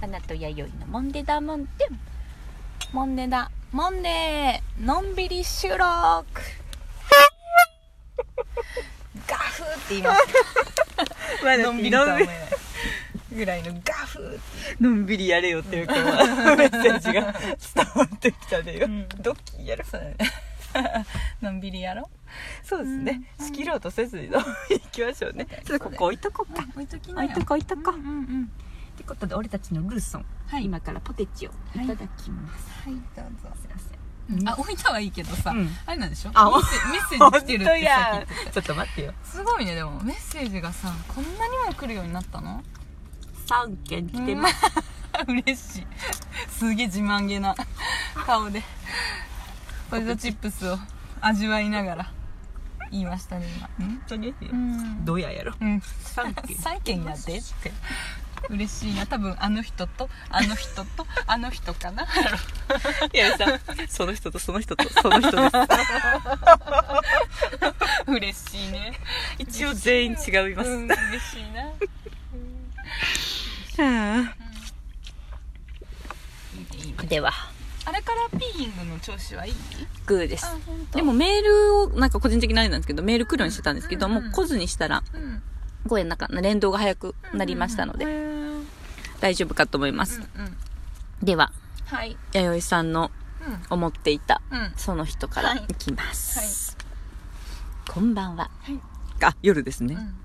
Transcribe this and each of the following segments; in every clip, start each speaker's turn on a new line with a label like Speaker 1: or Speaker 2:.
Speaker 1: 花と弥生のモンデダモンデ
Speaker 2: モンデだ。モンデーのんびり収録ガフーって言います
Speaker 1: ま
Speaker 2: のんびりとは思えないぐらいのガフーっ
Speaker 1: のんびりやれよっていうか、メッセージが伝わってきたでよ、
Speaker 2: うん
Speaker 1: ドッキリやろ
Speaker 2: て。のんびりやろ
Speaker 1: そうですね、
Speaker 2: うん
Speaker 1: 仕切ろうとせずに飲みに行きましょうねちょっとここ置いとこうか
Speaker 2: 置いときな
Speaker 1: 置い
Speaker 2: よ。
Speaker 1: とこう置いとこう、
Speaker 2: う
Speaker 1: っ
Speaker 2: んうんうん。
Speaker 1: てことで俺たちのルーソン、
Speaker 2: はい。
Speaker 1: 今からポテチをいただきます、
Speaker 2: はい、どうぞ。
Speaker 1: すいません
Speaker 2: あ、置いたはいいけどさ。
Speaker 1: うん
Speaker 2: あれなんでしょ
Speaker 1: あ
Speaker 2: メッセメッセー
Speaker 1: 本
Speaker 2: ジ来てるっ
Speaker 1: 当
Speaker 2: てさっき言
Speaker 1: や
Speaker 2: って
Speaker 1: ちょっと待ってよ
Speaker 2: すごいねでもメッセージがさこんなにも来るようになったの
Speaker 1: 3件来てます、
Speaker 2: うん 嬉しいすげえ自慢げな顔でポテトチップスを味わいながら言いましたね
Speaker 1: 本当に
Speaker 2: 今うん
Speaker 1: どうややろ
Speaker 2: うん
Speaker 1: 3件
Speaker 2: 債券やでって 嬉しいな多分あの人とあの 人とあの人かない
Speaker 1: やさその人とその人とその人です
Speaker 2: 嬉しいね
Speaker 1: 一応全員違います、
Speaker 2: うん嬉しいな
Speaker 1: は
Speaker 2: いいねいい
Speaker 1: あ
Speaker 2: ね
Speaker 1: では
Speaker 2: あれからピーリングの調子はいい
Speaker 1: グーです
Speaker 2: 本
Speaker 1: でもメールをなんか個人的なあれなんですけどメール来るようにしてたんですけど、
Speaker 2: うんうん
Speaker 1: もう来ずにしたら
Speaker 2: うん
Speaker 1: 声の中の連動が早くなりましたので、
Speaker 2: うんうんうん
Speaker 1: 大丈夫かと思います、
Speaker 2: うん
Speaker 1: では
Speaker 2: はい。
Speaker 1: 弥生さんの
Speaker 2: う
Speaker 1: 思っていた
Speaker 2: ん。うん。は
Speaker 1: その人から
Speaker 2: はい。
Speaker 1: いきます、こんばんはいあ夜ですね、
Speaker 2: うん。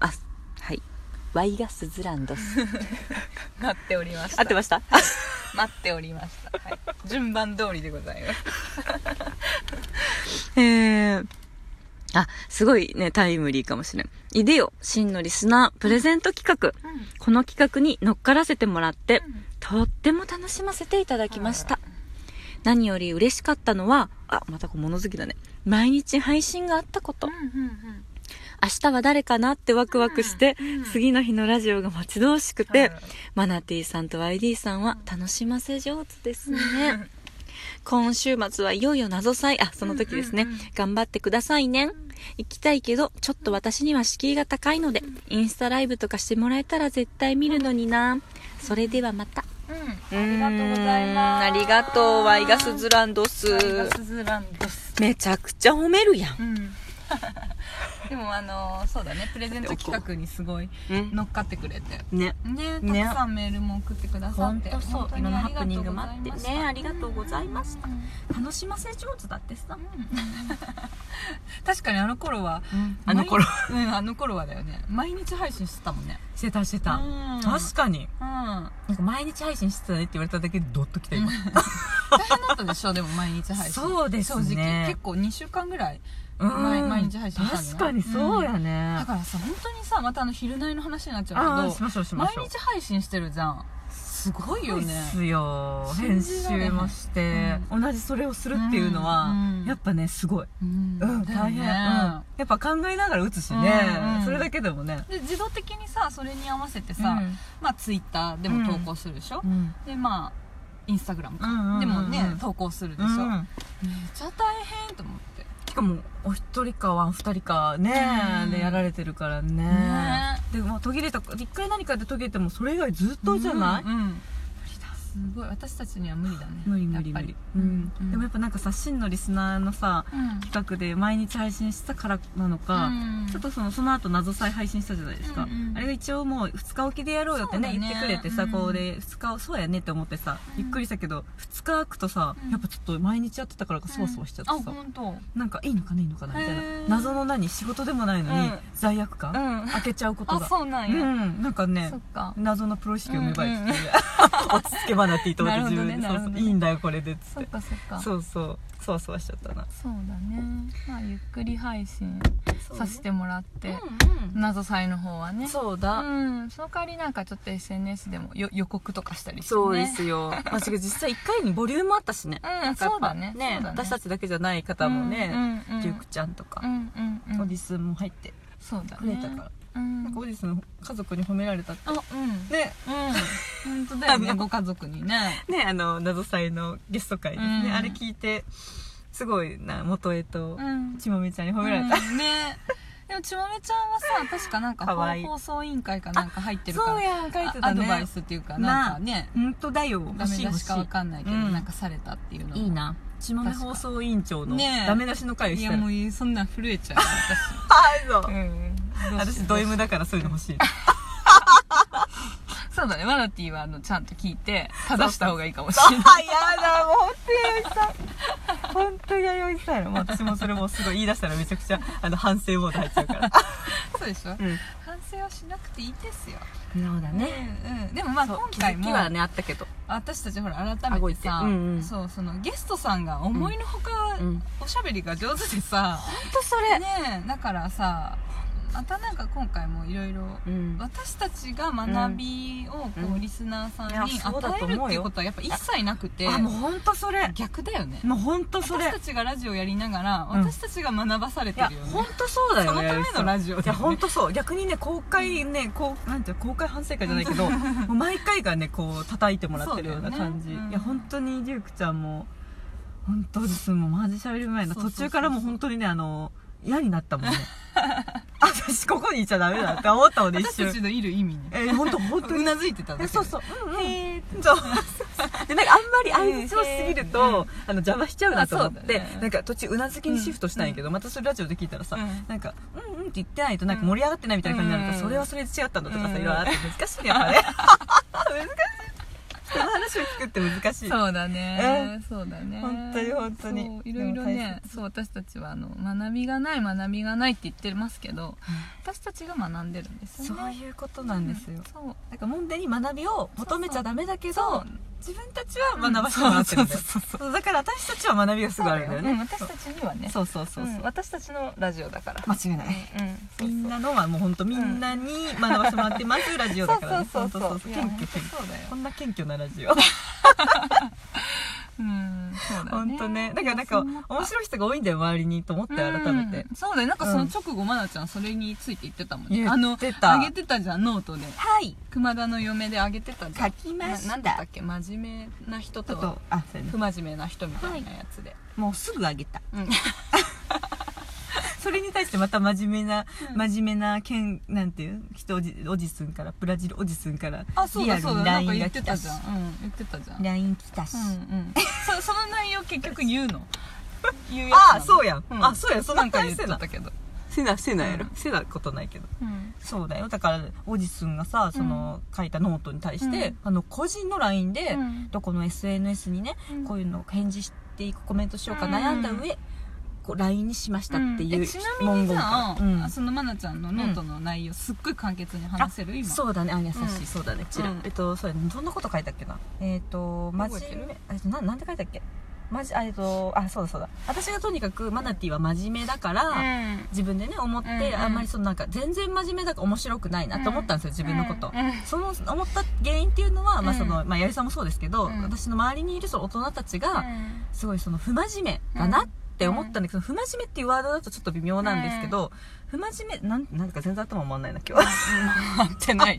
Speaker 1: あはいワイガスズランドス
Speaker 2: 待っておりました。
Speaker 1: 合ってました
Speaker 2: 待っておりました。はい。順番通りでございます。
Speaker 1: えー、あ、すごいね、タイムリーかもしれん。いでよ、真のリスナープレゼント企画。
Speaker 2: うん。
Speaker 1: この企画に乗っからせてもらって、とっても楽しませていただきました。何より嬉しかったのは、あ、またこう物好きだね。毎日配信があったこと。
Speaker 2: うんうん
Speaker 1: 明日は誰かなってワクワクして、
Speaker 2: うんうん
Speaker 1: 次の日のラジオが待ち遠しく
Speaker 2: う
Speaker 1: て、
Speaker 2: ん。
Speaker 1: マナティさんと YD さんは楽しませ上手ですね。今週末はいよいよ謎祭、あ、その時ですね。
Speaker 2: うんうんうん
Speaker 1: 頑張ってくださいね。行きたいけど、ちょっと私には敷居が高いので、インスタライブとかしてもらえたら絶対見るのにな。それではまた。
Speaker 2: うん。ありがとうございま
Speaker 1: うーん
Speaker 2: す。
Speaker 1: ありがとう、ワイガスズランドス。
Speaker 2: ワイガスズランドス。
Speaker 1: めちゃくちゃ褒めるやん。
Speaker 2: うん。 でもあのそうだねプレゼント企画にすごい乗っかってくれて
Speaker 1: ね。
Speaker 2: ね
Speaker 1: ね
Speaker 2: たくさんメールも送ってくださ
Speaker 1: ほ
Speaker 2: っ
Speaker 1: ん
Speaker 2: て
Speaker 1: とそう。いろんなハプニングもあって。ね、ありがとうございました。
Speaker 2: た
Speaker 1: 楽しませ上手だってさ。
Speaker 2: 確かにあの頃は
Speaker 1: あの頃。
Speaker 2: 毎日うんあの頃はだよね毎日配信してたもんね
Speaker 3: してたしてた、
Speaker 2: うん
Speaker 3: 確かに
Speaker 2: うん
Speaker 3: なんか毎日配信してたねって言われただけでドッときた今、
Speaker 2: 大変だったでしょでも毎日配信
Speaker 3: そうですね
Speaker 2: 正直結構2週間ぐらい
Speaker 3: うん
Speaker 2: 毎毎日配信したんだよ
Speaker 3: 確かにそうやね
Speaker 2: だ、からさ本当にさまたあの昼寝の話になっちゃ
Speaker 3: あ
Speaker 2: う
Speaker 3: あ
Speaker 2: け
Speaker 3: し
Speaker 2: ど
Speaker 3: ましょうしま
Speaker 2: 毎
Speaker 3: しょう
Speaker 2: 日配信してるじゃんすごいよ
Speaker 3: そう
Speaker 2: ね
Speaker 3: ですよ
Speaker 2: 信
Speaker 3: 編
Speaker 2: じられへん
Speaker 3: 集もして、同じそれをするっていうのは、
Speaker 2: うんうん
Speaker 3: やっぱねすごい、
Speaker 2: うん
Speaker 3: うん、大変、うん、
Speaker 2: だよ
Speaker 3: や
Speaker 2: ね
Speaker 3: っぱ考えながら打つしね、
Speaker 2: うんうん
Speaker 3: それだけでもね
Speaker 2: で自動的にさそれに合わせてさまあツイッターでも投稿するでしょ
Speaker 3: うんうん
Speaker 2: でまあインスタグラムか
Speaker 3: うんうんうん
Speaker 2: でもね投稿するでしょ
Speaker 3: うんうん
Speaker 2: めっちゃ大変と思って
Speaker 3: しかもお一人かお二人かね、
Speaker 2: うん
Speaker 3: でやられてるからね
Speaker 2: ね
Speaker 3: でもう途切れた一回何かで途切れてもそれ以外ずっとじゃない、
Speaker 2: うんうん無理だすごい私たちには無理だね
Speaker 3: 無理無理
Speaker 2: やっ
Speaker 3: 無
Speaker 2: ぱ
Speaker 3: 理
Speaker 2: り、
Speaker 3: うん
Speaker 2: うん
Speaker 3: でもやっぱなんかさ真のリスナーのさ
Speaker 2: うん
Speaker 3: 企画で毎日配信したからなのか、
Speaker 2: うん
Speaker 3: ちょっとそのその後謎再配信したじゃないですか、
Speaker 2: うんうん
Speaker 3: あれが一応もう2日おきでやろうよってね
Speaker 2: そうだね
Speaker 3: 言ってくれてさ、
Speaker 2: うん
Speaker 3: こうで2日をそうやねって思ってさ、
Speaker 2: うん
Speaker 3: ゆっくりしたけど2日空くとさ、
Speaker 2: うん
Speaker 3: やっぱちょっと毎日やってたからかそわそわしちゃって
Speaker 2: あ
Speaker 3: さ、
Speaker 2: 本当。
Speaker 3: なんかいいのかないいのかなみたい
Speaker 2: へー
Speaker 3: な謎の何仕事でもないのに、
Speaker 2: うん
Speaker 3: 罪悪感、
Speaker 2: ん
Speaker 3: 開けちゃうこと
Speaker 2: あ
Speaker 3: が
Speaker 2: そうなんや、
Speaker 3: うんなんかね
Speaker 2: そっか
Speaker 3: 謎のプロ意識を芽生えてきて、
Speaker 2: うんうんうん
Speaker 3: 落ち着けばなって言ってもらって
Speaker 2: なる
Speaker 3: 自
Speaker 2: ほどね
Speaker 3: 分
Speaker 2: なるほど
Speaker 3: で、そうそ
Speaker 2: ね
Speaker 3: ういいんだよこれでっつ
Speaker 2: そ
Speaker 3: っ
Speaker 2: ってかそっか
Speaker 3: そうそうそわそわしちゃったな
Speaker 2: そうだねまあゆっくり配信させてもらって、
Speaker 3: う
Speaker 2: 謎祭の方はね
Speaker 3: んそう
Speaker 2: う
Speaker 3: だ、
Speaker 2: んその代わりなんかちょっと SNS でもよ予告とかしたりしてね
Speaker 3: そうですよ、まあ、しかも実際1回にボリュームあったしね
Speaker 2: うんそうだねそうだね
Speaker 3: 私たちだけじゃない方も
Speaker 2: う
Speaker 3: ね
Speaker 2: んうんうん、
Speaker 3: リュウクちゃんと
Speaker 2: う
Speaker 3: か、
Speaker 2: んうんう
Speaker 3: オ
Speaker 2: ん
Speaker 3: ディスも入って
Speaker 2: そうだ
Speaker 3: くれ
Speaker 2: ね
Speaker 3: たから、
Speaker 2: うん
Speaker 3: なんかオディスの家族に褒められたって
Speaker 2: あうん
Speaker 3: ね
Speaker 2: うん本当だ よねご家族にね
Speaker 3: ねあの謎祭のゲスト会ですね、
Speaker 2: うん
Speaker 3: あれ聞いてすごいな元江と
Speaker 2: うん
Speaker 3: ちもみちゃんに褒められた、
Speaker 2: うんねでもちもめちゃんは さ確かなんか
Speaker 3: かわいい
Speaker 2: 放送委員会かなんか入ってるから
Speaker 3: や書
Speaker 2: あアドバイスっていうかなんかね、
Speaker 3: 本当だよ欲
Speaker 2: ダメ
Speaker 3: しい
Speaker 2: 出
Speaker 3: 欲
Speaker 2: し
Speaker 3: し
Speaker 2: かわかんないけど、
Speaker 3: うん
Speaker 2: なんかされたっていうの
Speaker 1: いいな
Speaker 3: ちもめ放送委員長の
Speaker 2: ねえ
Speaker 3: ダメ出しの回を
Speaker 2: い
Speaker 3: した
Speaker 2: や
Speaker 3: ら
Speaker 2: もうそんなん震えちゃう
Speaker 3: はいぞ
Speaker 2: 私、 うん、
Speaker 3: 私ド M だからそういうの欲しい
Speaker 2: そうだねマナティーはあのちゃんと聞いて正した方がいいかもしれない
Speaker 3: あやだもう本当に弥生さん本当に弥生さんやろもう私もそれもうすごい言い出したらめちゃくちゃあの反省モード入っちゃうから
Speaker 2: そうでしょ、
Speaker 3: うん
Speaker 2: 反省はしなくていいですよ、
Speaker 1: そうだね
Speaker 2: うんうん、でもまあ
Speaker 3: そう
Speaker 2: 今回も
Speaker 3: 気づきはねあったけど
Speaker 2: 私たちほら改
Speaker 3: 顎
Speaker 2: め
Speaker 3: い
Speaker 2: て
Speaker 3: て
Speaker 2: さ、
Speaker 3: うんうん
Speaker 2: そうそのゲストさんが思いのほか、
Speaker 1: うん
Speaker 2: おしゃべりが上手でさ、
Speaker 1: 本当それ
Speaker 2: ねえだからさまたなんか今回もいろいろ
Speaker 1: うん
Speaker 2: 私たちが学びをこう、
Speaker 1: うん
Speaker 2: リスナーさん
Speaker 3: いや
Speaker 2: に
Speaker 3: そうだ
Speaker 2: 与
Speaker 3: と
Speaker 2: え
Speaker 3: 思
Speaker 2: るっ
Speaker 3: うよ
Speaker 2: ていうことはやっぱ一切なくて
Speaker 3: あもう本当それ
Speaker 2: 逆だよね
Speaker 3: もう本当それ
Speaker 2: 私たちがラジオやりながら、
Speaker 3: うん
Speaker 2: 私たちが学ばされ
Speaker 3: い
Speaker 2: て
Speaker 3: や
Speaker 2: るよね
Speaker 3: 本当そうだよ
Speaker 2: そのためのラジオ
Speaker 3: いや本当そう逆にね公開ねこうなんていうの公開反省会じゃないけどもう毎回がねこう叩いてもらってるような感じ、
Speaker 2: そうだよねうん
Speaker 3: いや本当にりゅうくちゃんも本当ですもうマジ喋る前の
Speaker 2: そうそう
Speaker 3: 途
Speaker 2: そうそう
Speaker 3: 中からもう本当にねあの嫌になったもんね 私ここにいちゃダメだって思ったもんね一
Speaker 2: 私た
Speaker 3: 瞬
Speaker 2: ちのいる意味ね
Speaker 3: えー、本当本当
Speaker 2: う
Speaker 3: に
Speaker 2: なずいてたんだけ
Speaker 3: え
Speaker 2: ど
Speaker 3: そうそう、うんうん、そう でなんかあんまり相づちをしすぎると、
Speaker 2: うん
Speaker 3: あの邪魔しちゃうなと思って、
Speaker 2: あそうだね
Speaker 3: なんか途中うなずきにシフトしたんやけど、またそれラジオで聞いたらさ、
Speaker 2: うん
Speaker 3: なんか「うんうん」って言ってないとなんか盛り上がってないみたいな感じになるから、
Speaker 2: うん
Speaker 3: それはそれで違ったのとかさ、
Speaker 2: うん
Speaker 3: いろいろあって難しいねやっぱね 難しい人の話を聞くって難しい
Speaker 2: そうだね、そうだね
Speaker 3: 本当に本当に
Speaker 2: そういろいろ
Speaker 3: でも
Speaker 2: ね
Speaker 3: 大
Speaker 2: そう私たちはあの学びがない学びがないって言ってますけど私たちが学んでるんですよね
Speaker 3: そういうことなんですよ、
Speaker 2: そう
Speaker 3: なんかもんでに学びを求めちゃダメだけど自分たちは学ばせて
Speaker 2: うん
Speaker 3: もらってるんだよ、
Speaker 2: そう
Speaker 3: そうだから私たちは学びがすぐあるんだよね
Speaker 2: うん私たちにはね
Speaker 3: そうそうそうそう、
Speaker 2: うん私たちのラジオだから
Speaker 3: 間違いない
Speaker 2: うん
Speaker 3: みんなのはもう本当みんなに学ばせてもらってます、ラジオ
Speaker 2: そ
Speaker 3: だ
Speaker 2: う
Speaker 3: から、ね、
Speaker 2: そうそうそう
Speaker 3: 本当
Speaker 2: いや
Speaker 3: 謙
Speaker 2: 本当
Speaker 3: 虚謙虚
Speaker 2: そうだよ
Speaker 3: こんな謙虚なラジオ
Speaker 2: うんそうだ
Speaker 3: 本
Speaker 2: ね
Speaker 3: 当ねだからなんか面白い人が多いんだよ周りにと思って改めて、
Speaker 2: うんそうだよなんかその直後まなちゃんそれについて言ってたもんね
Speaker 3: 言ってた
Speaker 2: あのあげてたじゃんノートで
Speaker 3: はい
Speaker 2: 熊田の嫁であげてたじゃん
Speaker 3: き
Speaker 2: ななんだったっけ真面目な人
Speaker 3: ちょ
Speaker 2: と
Speaker 3: っとあそうやね
Speaker 2: 不真面目な人みたいなやつで、
Speaker 3: もうすぐあげた
Speaker 2: うん
Speaker 3: それに対してまた真面目な、
Speaker 2: うん
Speaker 3: 真面目なけんなんていう人おじおじすんからブラジルおじすんから
Speaker 2: あそう
Speaker 3: リ
Speaker 2: だ
Speaker 3: アル
Speaker 2: そう
Speaker 3: に
Speaker 2: だなんか
Speaker 3: LINE
Speaker 2: 言
Speaker 3: が
Speaker 2: って
Speaker 3: 来
Speaker 2: た
Speaker 3: た
Speaker 2: じ
Speaker 3: し
Speaker 2: ゃん、うん、言ってたじゃん
Speaker 3: LINE 来たし、
Speaker 2: うんうんそその内容結局言う の言うやつなの
Speaker 3: あそうやん、
Speaker 2: ん
Speaker 3: あそうやんそん
Speaker 2: な
Speaker 3: なん
Speaker 2: か
Speaker 3: 感
Speaker 2: 言
Speaker 3: じ
Speaker 2: っ
Speaker 3: せ
Speaker 2: て
Speaker 3: な
Speaker 2: たけど
Speaker 3: せなせなやろ、
Speaker 2: うん
Speaker 3: せなことないけど
Speaker 2: うん
Speaker 3: そうだよだからおじすんがさその、書いたノートに対して、
Speaker 2: うん
Speaker 3: あの個人の LINE で、
Speaker 2: うん
Speaker 3: どこの SNS にね、
Speaker 2: うん
Speaker 3: こういうのを返事していくコメントしようか
Speaker 2: うん
Speaker 3: 悩んだ上、こう LINE にしましたっていう、
Speaker 2: えちなみにさ、
Speaker 3: 文言からうん
Speaker 2: そのまなちゃんのノートの内容すっごい簡潔に話せる今
Speaker 3: そうだねあ優しい、
Speaker 2: うん
Speaker 3: そうだねちら、
Speaker 2: うん
Speaker 3: えっとそうやねどんなこと書いたっけなえっ、と
Speaker 2: 覚え
Speaker 3: 真
Speaker 2: てる
Speaker 3: 面目えっとななんて書いたっけまじあえっとあそうだそうだ私がとにかくマナティーは真面目だから、
Speaker 2: ん
Speaker 3: 自分でね思って、
Speaker 2: うんうん
Speaker 3: あんまりそのなんか全然真面目だから面白くないなと思ったんですよ、自分のこと、
Speaker 2: うん
Speaker 3: その思った原因っていうのは、まあ
Speaker 2: うん
Speaker 3: そのまあ、八重さんもそうですけど、
Speaker 2: うん
Speaker 3: 私の周りにいるその大人たちが、すごいその不真面目だなって思ったんだけど、その不真面目っていうワードだとちょっと微妙なんですけど、不真面目なんなんか全然頭回んないな今日
Speaker 2: 合ってないね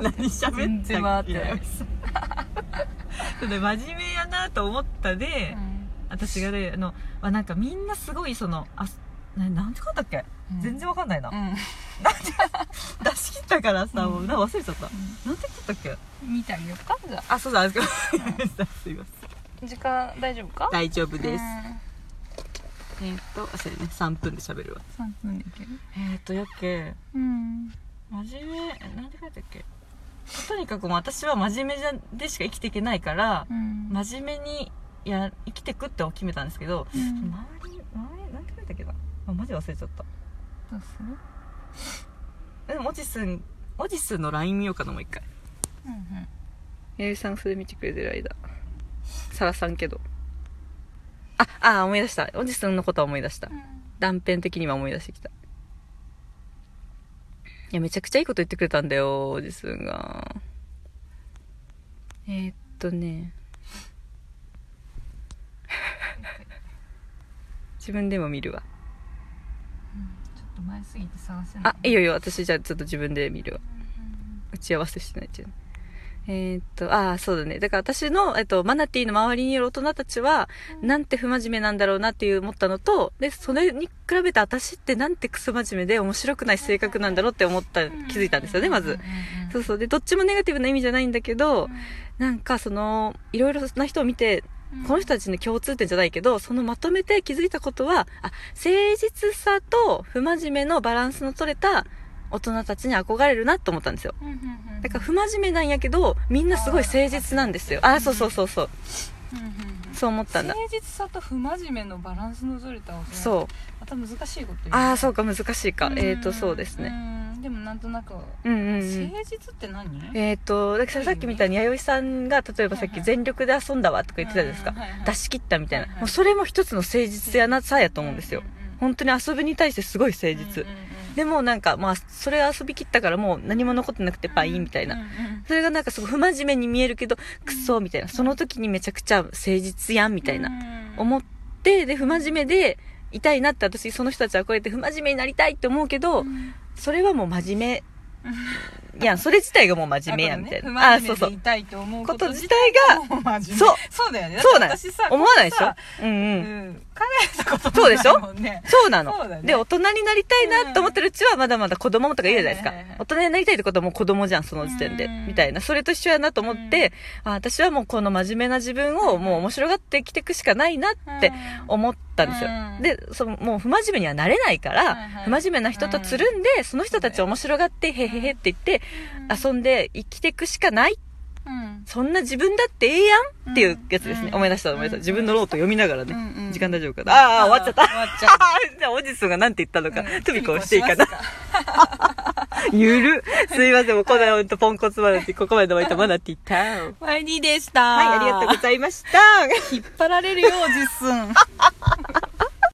Speaker 3: 何喋って
Speaker 2: 全然回ってない
Speaker 3: やそうで真面目やなと思ったで、私がねあの、まあ、なんかみんなすごいそのあななんて書いたっけ、
Speaker 2: うん
Speaker 3: 全然わかんないな、
Speaker 2: う
Speaker 3: 出し切ったからさ、
Speaker 2: うん
Speaker 3: もうなんか忘れちゃった、
Speaker 2: ん
Speaker 3: なんて言ったっけ
Speaker 2: ん見てあげようかじゃあ
Speaker 3: あそうだあすいません すいません
Speaker 2: 時間大丈夫か
Speaker 3: 大丈夫です、
Speaker 2: う
Speaker 3: えーっとあそうやね3分で喋るわ
Speaker 2: ん3分でいける
Speaker 3: えーっとやっけ
Speaker 2: うん
Speaker 3: 真面目えなんて書いたっけとにかくもう私は真面目じゃでしか生きていけないから
Speaker 2: う、ん
Speaker 3: 真面目にや生きてくって決めたんですけど、
Speaker 2: うん
Speaker 3: 周り周りなんて書いたっけなあマジ忘れちゃった
Speaker 2: どうする
Speaker 3: えでもオジスンオジスンの LINE 見ようかなもう一回
Speaker 2: うんうん
Speaker 1: 弥生さんそれ見てくれてる間さらさんけどああ思い出したおじさんのことは思い出した断片的には思い出してきたいやめちゃくちゃいいこと言ってくれたんだよおじさんがえー、っとね自分でも見るわ
Speaker 2: ちょっと前すぎて探せない
Speaker 1: あいいよいいよ私じゃあちょっと自分で見るわ打ち合わせしてないじゃん
Speaker 3: えーっと、ああ、そうだね。だから私の、えっと、マナティーの周りにいる大人たちは、なんて不真面目なんだろうなっていう思ったのと、で、それに比べて私ってなんてクソ真面目で面白くない性格なんだろうって思った、気づいたんですよね、まず。そうそう。で、どっちもネガティブな意味じゃないんだけど、なんかその、いろいろな人を見て、この人たちの共通点じゃないけど、そのまとめて気づいたことは、あ、誠実さと不真面目のバランスの取れた大人たちに憧れるなと思ったんですよ。だから不真面目なんやけど、みんなすごい誠実なんですよ。あー、そうそうそうそう。そう思ったんだ。
Speaker 2: 誠実さと不真面目のバランスのずれた大人
Speaker 3: そう。
Speaker 2: また難しいこと言う
Speaker 3: あー、そうか、難しいか
Speaker 2: う。ん
Speaker 3: えーと、そうですね。
Speaker 2: うんでもなんとなく
Speaker 3: うんうんうん。
Speaker 2: 誠実って何
Speaker 3: えーと、だからさっきみたいに弥生さんが、例えばさっ
Speaker 2: はいは
Speaker 3: き
Speaker 2: い
Speaker 3: 全力で遊んだわとか言ってたじゃないですか
Speaker 2: うんはいは。い
Speaker 3: 出し切ったみたい
Speaker 2: はい
Speaker 3: な。
Speaker 2: はい
Speaker 3: もうそれも一つの誠実やなさやと思うんですよ。本当に遊びに対してすごい誠実。でもなんか、まあ、それ遊びきったからもう何も残ってなくてパインみたいな。それがなんかすごい不真面目に見えるけど、クソみたいな。その時にめちゃくちゃ誠実やんみ
Speaker 2: み
Speaker 3: たいな。思って、で、不真面目で、いたいなって私、その人たちはこうやって不真面目になりたいって思うけど、それはもう真 面目。いや、それ自体がもう真面目やんみたいな。あ
Speaker 2: あ
Speaker 3: あ、そうそう。
Speaker 2: 痛いと思う
Speaker 3: こ
Speaker 2: ことと
Speaker 3: 自
Speaker 2: 自
Speaker 3: 体
Speaker 2: 体
Speaker 3: が、
Speaker 2: も真面目
Speaker 3: そう
Speaker 2: そうだよね
Speaker 3: そうなん
Speaker 2: だって私さ
Speaker 3: 思わないでし
Speaker 2: こ
Speaker 3: ょ
Speaker 2: こさ
Speaker 3: うん
Speaker 2: う
Speaker 3: うん。
Speaker 2: ん考えたこと
Speaker 3: そうでしょ
Speaker 2: もないもんね
Speaker 3: そうなの。
Speaker 2: そうだね
Speaker 3: で、大人になりたいなと思ってるうちは、まだまだ子供とか言うじゃないですか。
Speaker 2: はいはいはい
Speaker 3: 大人になりたいってことはもう子供じゃん、その時点で。
Speaker 2: うん
Speaker 3: みたいな。それと一緒やなと思って、あ私はもうこの真面目な自分をもう面白がってきていくしかないなって思ったんですよ。
Speaker 2: うん
Speaker 3: で、その、もう不真面目にはなれないから、
Speaker 2: はいはい
Speaker 3: 不真面目な人とつるんで、その人たちを面白がって、へへへって言って、遊んで生きていくしかない。
Speaker 2: うん
Speaker 3: そんな自分だってええやんっていうやつですね。
Speaker 2: うん
Speaker 3: 思い出した思い出した。自分のノート読みながらね。
Speaker 2: うんうん
Speaker 3: 時間大丈夫かな。ああ、終わっちゃった。
Speaker 2: 終わっちゃっ
Speaker 3: じゃあ、おじさんが何て言った のか、
Speaker 2: たうん
Speaker 3: トゥビコをしてい いかな。ゆる。すいません、もうこのほんとポンコツマナティ、ここまでおいたマナティタウン。
Speaker 2: マイニーでした
Speaker 3: はい、ありがとうございました。
Speaker 2: 引っ張られるよ、おじっすん。